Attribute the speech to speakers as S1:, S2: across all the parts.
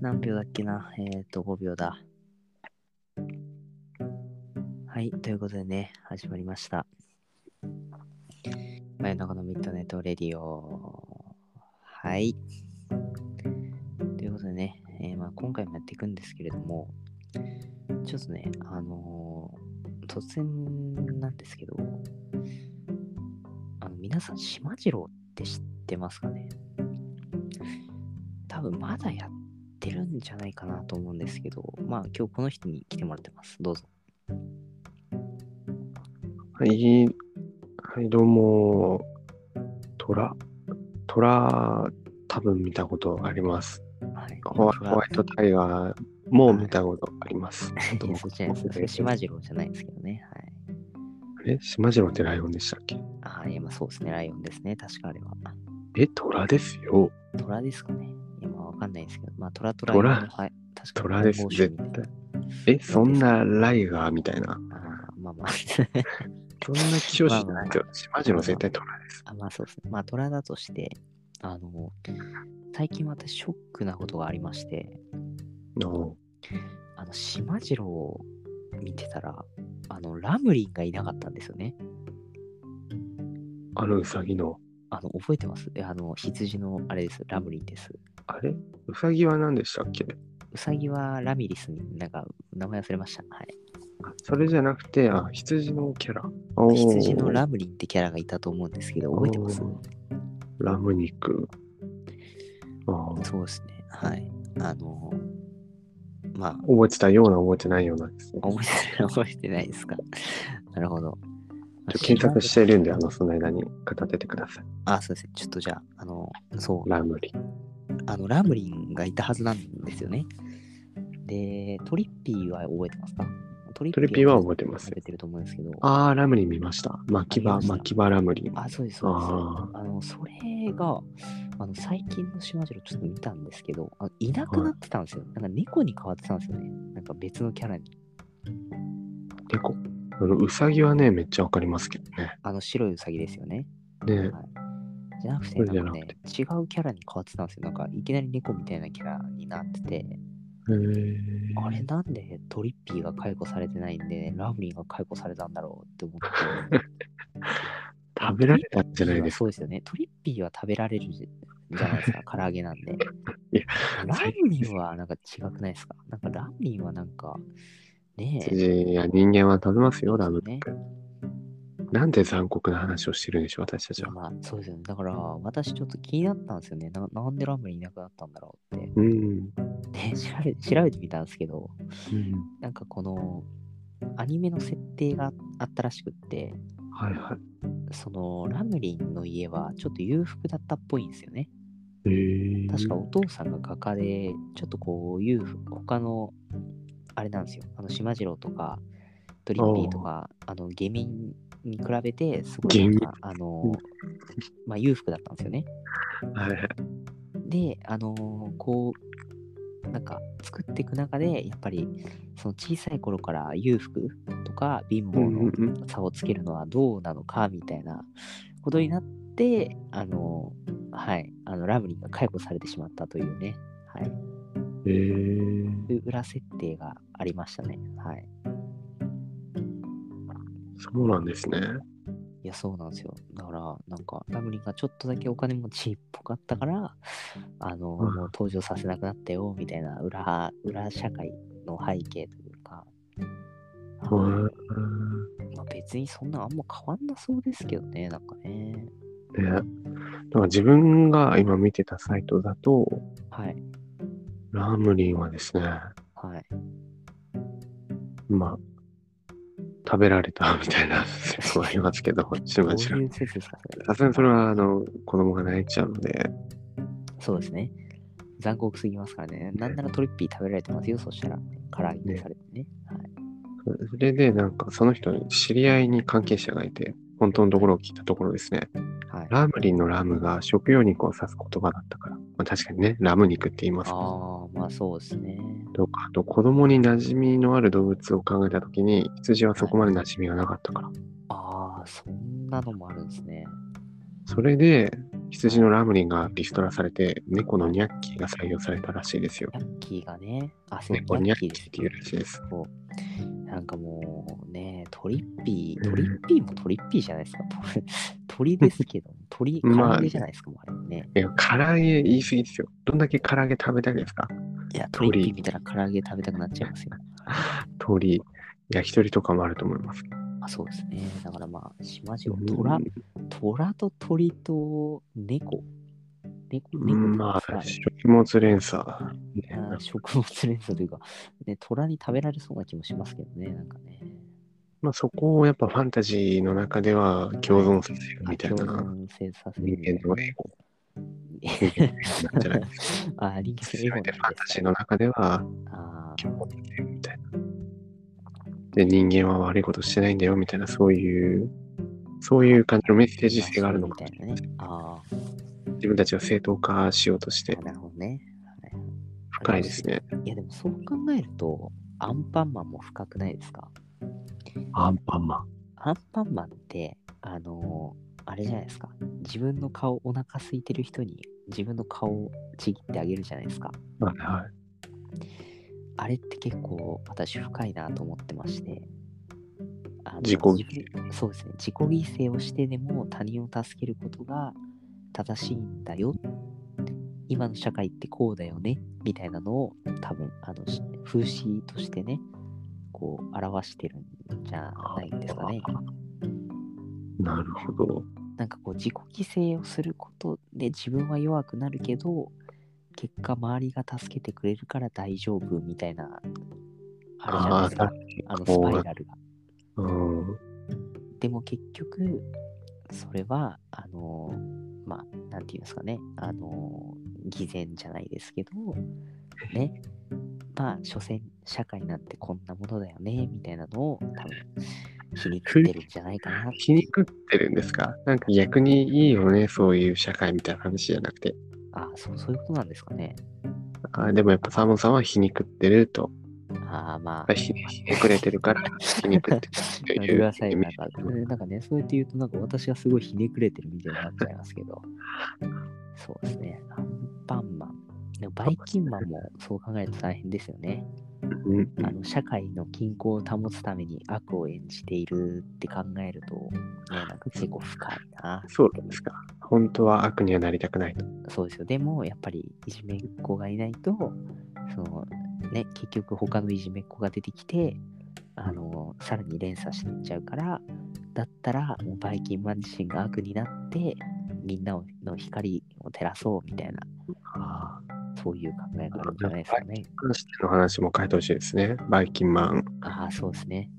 S1: 何秒だっけなえっ、と、5秒だ。はい、ということでね、始まりました。真夜中のミッドネットレディオ。はい。ということでね、えーまあ、今回もやっていくんですけれども、ちょっとね、あのー突然なんですけど、あの皆さん、しまじろうって知ってますかね多分まだやってるんじゃないかなと思うんですけど、まあ今日この人に来てもらってます。どうぞ。
S2: はい。はい、どうも。トラ、トラ、多分見たことあります。
S1: はい。
S2: ホワ
S1: こ
S2: ホ
S1: れは
S2: ワイトタイガーも見たことあり ます。
S1: いやそっちじゃないです。それ島次郎じゃないですけどね。はい。
S2: え、島次郎ってライオンでしたっけ
S1: ああ、いや、まあそうですね。ライオンですね。確かあれは。
S2: え、トラですよ。
S1: トラですかね。今わかんないですけど。まあトラトラ。
S2: 虎
S1: はい。確か
S2: トラです、
S1: 神々
S2: 絶
S1: みたいな
S2: 対。え、そんなライガーみたいな。
S1: あーまあ まあ。
S2: そんな気象師じゃないけど、島次郎絶対トラです。
S1: あまあそうですね。まあトラだとして、あの、最近私ショックなことがありまして、
S2: の
S1: あの、島次郎を見てたら、あの、ラムリンがいなかったんですよね。
S2: あのウサギの。
S1: あの、覚えてますえあの、羊のあれです。ラムリンです。
S2: あれウサギは何でしたっけ
S1: ウサギはラミリスに、なんか、名前忘れました。はい。
S2: あそれじゃなくて、あ、羊のキャラ。おー
S1: 羊のラムリンってキャラがいたと思うんですけど、覚えてます
S2: おーラム肉。ああ、
S1: そうですね。はい。あの、まあ、
S2: 覚えてたような覚えてないようなですね。
S1: 覚えてない、 覚えてないですか。なるほど。
S2: ちょ検索してるんで、あの、その間に語っててください。
S1: あ、そうですね。ちょっとじゃあ、あの、そう、
S2: ラムリ。
S1: あの、ラムリンがいたはずなんですよね。で、トリッピーは覚えてますかトリ
S2: トリピーは覚え
S1: て
S2: てます
S1: 覚
S2: よ
S1: え。てると思うんですけど。あ、
S2: ああ、ラムリ見ました。巻き
S1: あ見
S2: 場、
S1: ました
S2: 巻き場ラムリ。
S1: そうです、そうです。
S2: あ
S1: あの、それが、あの、最近の島城ちょっと見たんですけど、あのいなくなってたんですよ。なんか猫に変わってたんですよね。なんか別のキャラに。
S2: 猫。あの、ウサギはね、めっちゃわかりますけどね。
S1: あの、白いウサギですよね。
S2: ね
S1: じゃなくて、
S2: それじ
S1: な
S2: ゃ
S1: んか
S2: なく
S1: ね
S2: て、
S1: 違うキャラに変わってたんですよ。なんか、いきなり猫みたいなキャラになってて、
S2: え。
S1: あれなんでトリッピーが解雇されてないんで、ラブリーが解雇されたんだろうって思って。
S2: 食べられたん じゃないですか。
S1: そうですよね。トリッピーは食べられるじゃないですか。 唐揚げなんで。
S2: いや
S1: ラムリンはなんか違くないですかなんかラムリンはなんか、ねえ。
S2: いや、人間は食べますよ、ラムリ。
S1: ね。
S2: なんで残酷な話をしてるんでしょう、私たちは。
S1: まあ、そうですよね。だから、私ちょっと気になったんですよね。ななんでラムリンいなくなったんだろうって。
S2: うん。
S1: で、調べ調べてみたんですけど、
S2: うん
S1: なんかこの、アニメの設定があったらしくって、
S2: はいは
S1: そのラムリンの家はちょっと裕福だったっぽいんですよね。
S2: い。え
S1: 確かお父さんが画家で、ちょっとこう、いう他の、あれなんですよ、あの、島次郎とか、トリッピーとか、あの、下民に比べて、すごいなんか、あの、まあ、裕福だったんですよね。
S2: はいはい。
S1: で、あのこう、なんか、作っていく中で、やっぱり、その小さい頃から裕福とか、貧乏の
S2: うん。
S1: 差をつけるのはどうなのかみたいなことになって、あの、はい、あのラブリンが解雇されてしまったというね、はい、そ
S2: えー、
S1: ういう裏設定がありましたね。はい。
S2: そうなんですね。
S1: いや、そうなんですよ。だから、なんか、ラブリンがちょっとだけお金持ちっぽかったから、あの、
S2: うん
S1: もう登場させなくなったよ、みたいな裏、裏社会の背景というか、あの
S2: うん
S1: まあ、別にそんなあんま変わんなそうですけどね、なんかね。
S2: ね、だから自分が今見てたサイトだと、
S1: はい、
S2: ラムリンはですね、
S1: はい。
S2: まあ、食べられたみたいな説もありますけど、
S1: ど
S2: 島
S1: う
S2: ちゃ
S1: い
S2: ん。
S1: う説ですか、それ
S2: さすがにそれは、あの、子供が泣いちゃうので、
S1: そうですね。残酷すぎますからね。なんならトリッピー食べられてますよ、そしたら。唐揚げにされてね。はい、
S2: それでなんかその人に知り合いに関係者がいて、本当のところを聞いたところですね、
S1: はい、あ
S2: ラムリンのラムが食用肉を指す言葉だったから、まあ、確かにね、ラム肉って言いますけど
S1: あー、まあそうですね。
S2: とか、あと子供に馴染みのある動物を考えたときに、羊はそこまで馴染みがなかったから。
S1: ああ、そんなのもあるんですね。
S2: それで、羊のラムリンがリストラされて、猫のニャッキーが採用されたらしいですよ。
S1: ヤッキーがね、あ、そう、
S2: 猫ニ
S1: ニャ
S2: ャ
S1: ッキ
S2: ッ
S1: ーで
S2: キー
S1: す
S2: っていうらしいです。
S1: そうなんかもうね、トリッピー、
S2: うん
S1: トリッピーもトリッピーじゃないですか。 鳥ですけど、鳥、唐
S2: まあ
S1: 揚げじゃないですか、もうあれね。
S2: いや、唐揚げ言い過ぎですよ。どんだけ唐揚げ食べたいですか
S1: いや、トリッ
S2: 鳥
S1: ピー見たら唐揚げ食べたくなっちゃいますよ。
S2: 鳥、焼き鳥とかもあると思います。
S1: あ、そうですね。だからまあ、島地を虎、虎と鳥と猫。猫、
S2: う
S1: 猫
S2: ん、
S1: と
S2: ま
S1: か
S2: あ、
S1: さ
S2: 食物連鎖。ね
S1: あー食物連鎖というか、ね、虎に食べられそうな気もしますけどね、なんかね。
S2: まあ、そこをやっぱファンタジーの中では共存させるみたいな
S1: あ
S2: 人
S1: 共存させるみたい
S2: 間
S1: な
S2: のエゴなんじゃな いですか。
S1: あ、人間
S2: せ
S1: のエゴなん
S2: め
S1: で
S2: て
S1: す
S2: フ
S1: か
S2: ァンタジーの中では
S1: あー
S2: 共存させるみたいな。で、人間は悪いことしてないんだよみたいな、そういう、そういう感じのメッセージ性があるのかもしれない。
S1: みたいなね。あ
S2: 自分たちは正当化しようとして
S1: あ、、なるほどね。
S2: 深いですね。
S1: いや、でもそう考えると、アンパンマンも深くないですか
S2: アンパンマン。
S1: アンパンマンって、あのーあれじゃないですか。自分の顔、お腹空いてる人に自分の顔をちぎってあげるじゃないですか。
S2: はいはい。
S1: あれって結構私深いなと思ってまして。あの
S2: 自己犠
S1: 牲そうですね。自己犠牲をしてでも他人を助けることが正しいんだよ。今の社会ってこうだよね。みたいなのを多分、あの、し風刺としてね、こう表してるんじゃないんですかね。
S2: なるほど。
S1: なんかこう自己犠牲をすることで自分は弱くなるけど結果周りが助けてくれるから大丈夫みたいなあれじゃないですかあのス
S2: こう
S1: パイラルが
S2: うん。
S1: でも結局それはあのまあなんていうんですかねあの偽善じゃないですけどねまあ所詮社会なんてこんなものだよねみたいなのを多分皮肉ってるんじゃないかなって
S2: 皮肉ってるんですかなんか逆にいいよね、そういう社会みたいな話じゃなくて。
S1: あそうそういうことなんですかね
S2: あでもやっぱサーモンさんは皮肉ってると。
S1: ああまあ
S2: ひひねくれてるから皮肉ってる
S1: やめてくださいよ なんか、なんかね、そうやって言うと、なんか私はすごいひねくれてるみたいになっちゃいますけど。そうですね。アンパンマン。でもバイキンマンもそう考えると大変ですよね。
S2: うん
S1: あの社会の均衡を保つために悪を演じているって考えると、ね、なんか結構深いな。
S2: そうなんですか。本当は悪にはなりたくないと。
S1: そうですよ。でも、やっぱりいじめっ子がいないと、そのね、結局他のいじめっ子が出てきて、あのさらに連鎖していっちゃうから、だったら、もうバイキンマン自身が悪になって、みんなをの光を照らそうみたいな、
S2: あ
S1: そういう考えがあるんじゃないですかね。
S2: 関しての話も書いてほしいですね。バイキンマン、
S1: ああ、そうですね。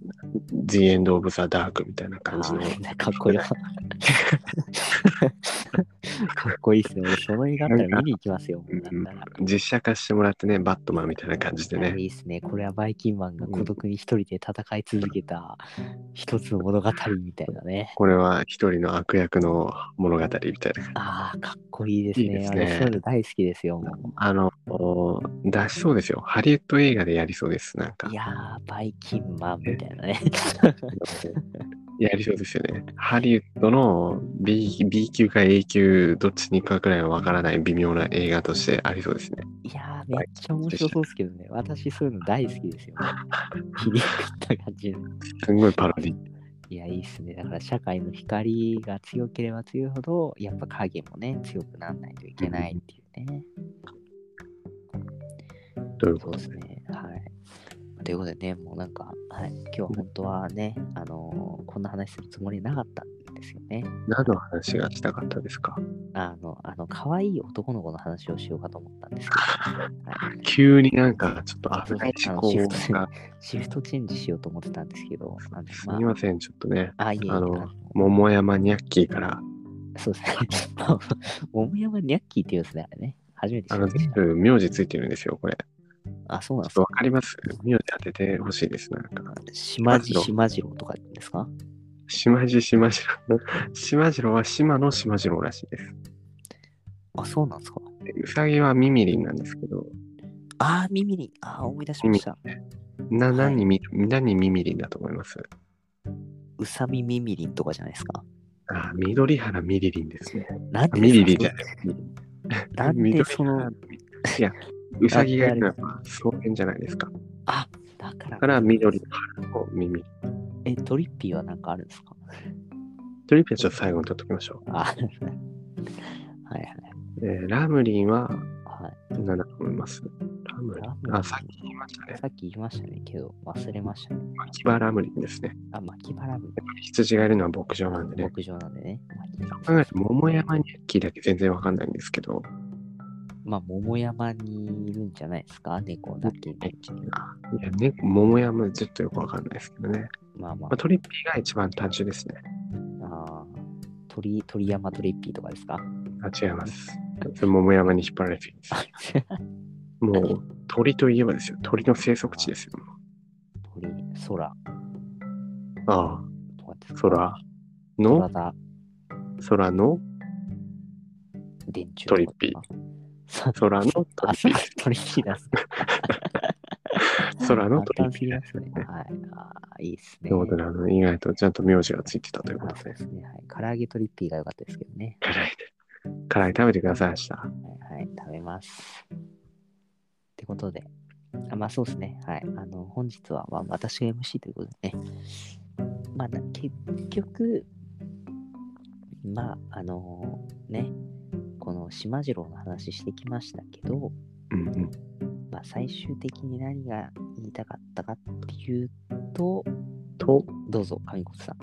S2: The End of the Dark みたいな
S1: あ
S2: 感じの。
S1: あかっこいい。 かっこいいですね。俺その映画あったら見に行きますよ。もうなんなら
S2: 実写化してもらってね、バットマンみたいな感じで
S1: あ
S2: ね。
S1: いいですね。これはバイキンマンが孤独に一人で戦い続けた一つの物語みたいなね。
S2: これは一人の悪役の物語みたいな感じ。
S1: ああ、かっこいいですね。
S2: いいです
S1: あ
S2: ね
S1: れそういうの大好きですよ。も
S2: あの、お出しそうですよ。ハリウッド映画でやりそうです。なんか
S1: うい。やー、バイキンマンみたいなね。
S2: やりそうですよね。ハリウッドの B, B 級か A 級どっちに行くかくらいはわからない微妙な映画としてありそうですね。
S1: いやー、めっちゃ面白そうですけどね。私そういうの大好きです よ。ひねくった感じの。
S2: すんごいパロディ。
S1: いや、いいっすね。だから社会の光が強ければ強いほど、やっぱ影もね、強くならないといけないっていうね。
S2: という
S1: そう
S2: こと
S1: で
S2: ですね。
S1: ね。はい。ということでね、もうなんか、はい、今日は本当はね、あのーこんな話するつもりなかったんですよね。
S2: 何の話がしたかったですか
S1: あの、あの、可愛い男の子の話をしようかと思ったんですけど、はい、
S2: 急になんかちょっと危ない思考が。
S1: シフトチェンジしようと思ってたんですけど、あの
S2: す
S1: ま
S2: みません、ちょっとね。
S1: あ、あ、いえいえ、
S2: あの
S1: あの
S2: 桃山ニャッキーから、
S1: そうですね。も 桃山ニャッキーって言うんですね、あれね。初めて知
S2: あ
S1: り
S2: の
S1: まし
S2: 全
S1: た。
S2: 部名字ついてるんですよ、これ。ち
S1: あ、そうなん
S2: ょ
S1: で
S2: っ
S1: す
S2: と
S1: か
S2: わ。かります名字当ててほしいです。なんか、
S1: 島
S2: 次
S1: 次
S2: 郎
S1: 島次郎とかですか
S2: 島地島次郎。島次郎は島の島次郎らしいです。
S1: あ、そうなんですか。
S2: でうさぎはミミリンなんですけど、
S1: あー、耳に、あー、思い出しました。
S2: な、
S1: はい
S2: 何み、何ミミリンだと思います
S1: うさみみみりんとかじゃないですか。
S2: あ、緑原みりりんですね。
S1: なん
S2: あ
S1: で
S2: ミリリンじゃ
S1: だ
S2: ない。
S1: なんで
S2: 緑
S1: そ
S2: 原
S1: の、
S2: いや、うさぎがいるのはまあ草原じゃないですか。
S1: あ、だから。
S2: だから緑原の耳。
S1: え、トリッピーはなんかあるんですか
S2: トリッピはちょっと最後に取っときましょ
S1: あ、 はいはい。
S2: う。えーラムリンは
S1: はい。
S2: 何だと思いますラムリ
S1: ラムリ
S2: ン。
S1: ン
S2: あ、さっき言いましたね。
S1: さっき言いましたねけど、忘れましたね。
S2: 牧場ラムリンですね。
S1: あ、牧原の
S2: 羊がいるのは牧場なんでね。
S1: 牧場なんでね。
S2: 考えて桃山に秋だけ全然わかんないんですけど、
S1: まあ、桃山にいるんじゃないですか猫だけで。
S2: あいや、ね、桃山ずっとよくわかんないですけどね。
S1: まあま
S2: まあ、トリッピーが一番単純ですね。
S1: あ、あー鳥鳥山トリッピーとか ですか
S2: あ、違います。それ桃山に引っ張られてるんです。もう鳥といえばですよ。鳥の生息地ですよ。
S1: 鳥、空
S2: ああ、
S1: とかですか
S2: 空
S1: 空
S2: の、
S1: だ、
S2: 空の、
S1: 電柱
S2: トリッピー
S1: ー。
S2: 空の鳥、
S1: あ、そう トリッピーだ。
S2: 空の鳥
S1: 簡単すぎますね。はい。あーいいです
S2: と
S1: ね。
S2: いうことで、あの、意外とちゃんと名字がついてたというこ
S1: あ
S2: と
S1: そう
S2: で
S1: で。すね。はい。唐揚げトリッピーが良かったですけどね。
S2: 辛いね。辛い食べてください、明日。
S1: はい、はい、食べます。ってことで、あまあそうですね。はい。あの、本日は、まあ、私が MC ということでね。まあ、な結局、まあ、あのね、この島次郎の話してきましたけど、
S2: うんうん。
S1: まあ、最終的に何が言いたかったかっていうと、
S2: と、
S1: どうぞ、上越さん。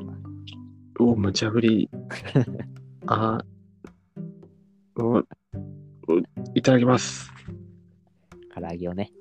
S2: お、無茶ぶ り。あ、お、おいただきます。
S1: 唐揚げをね。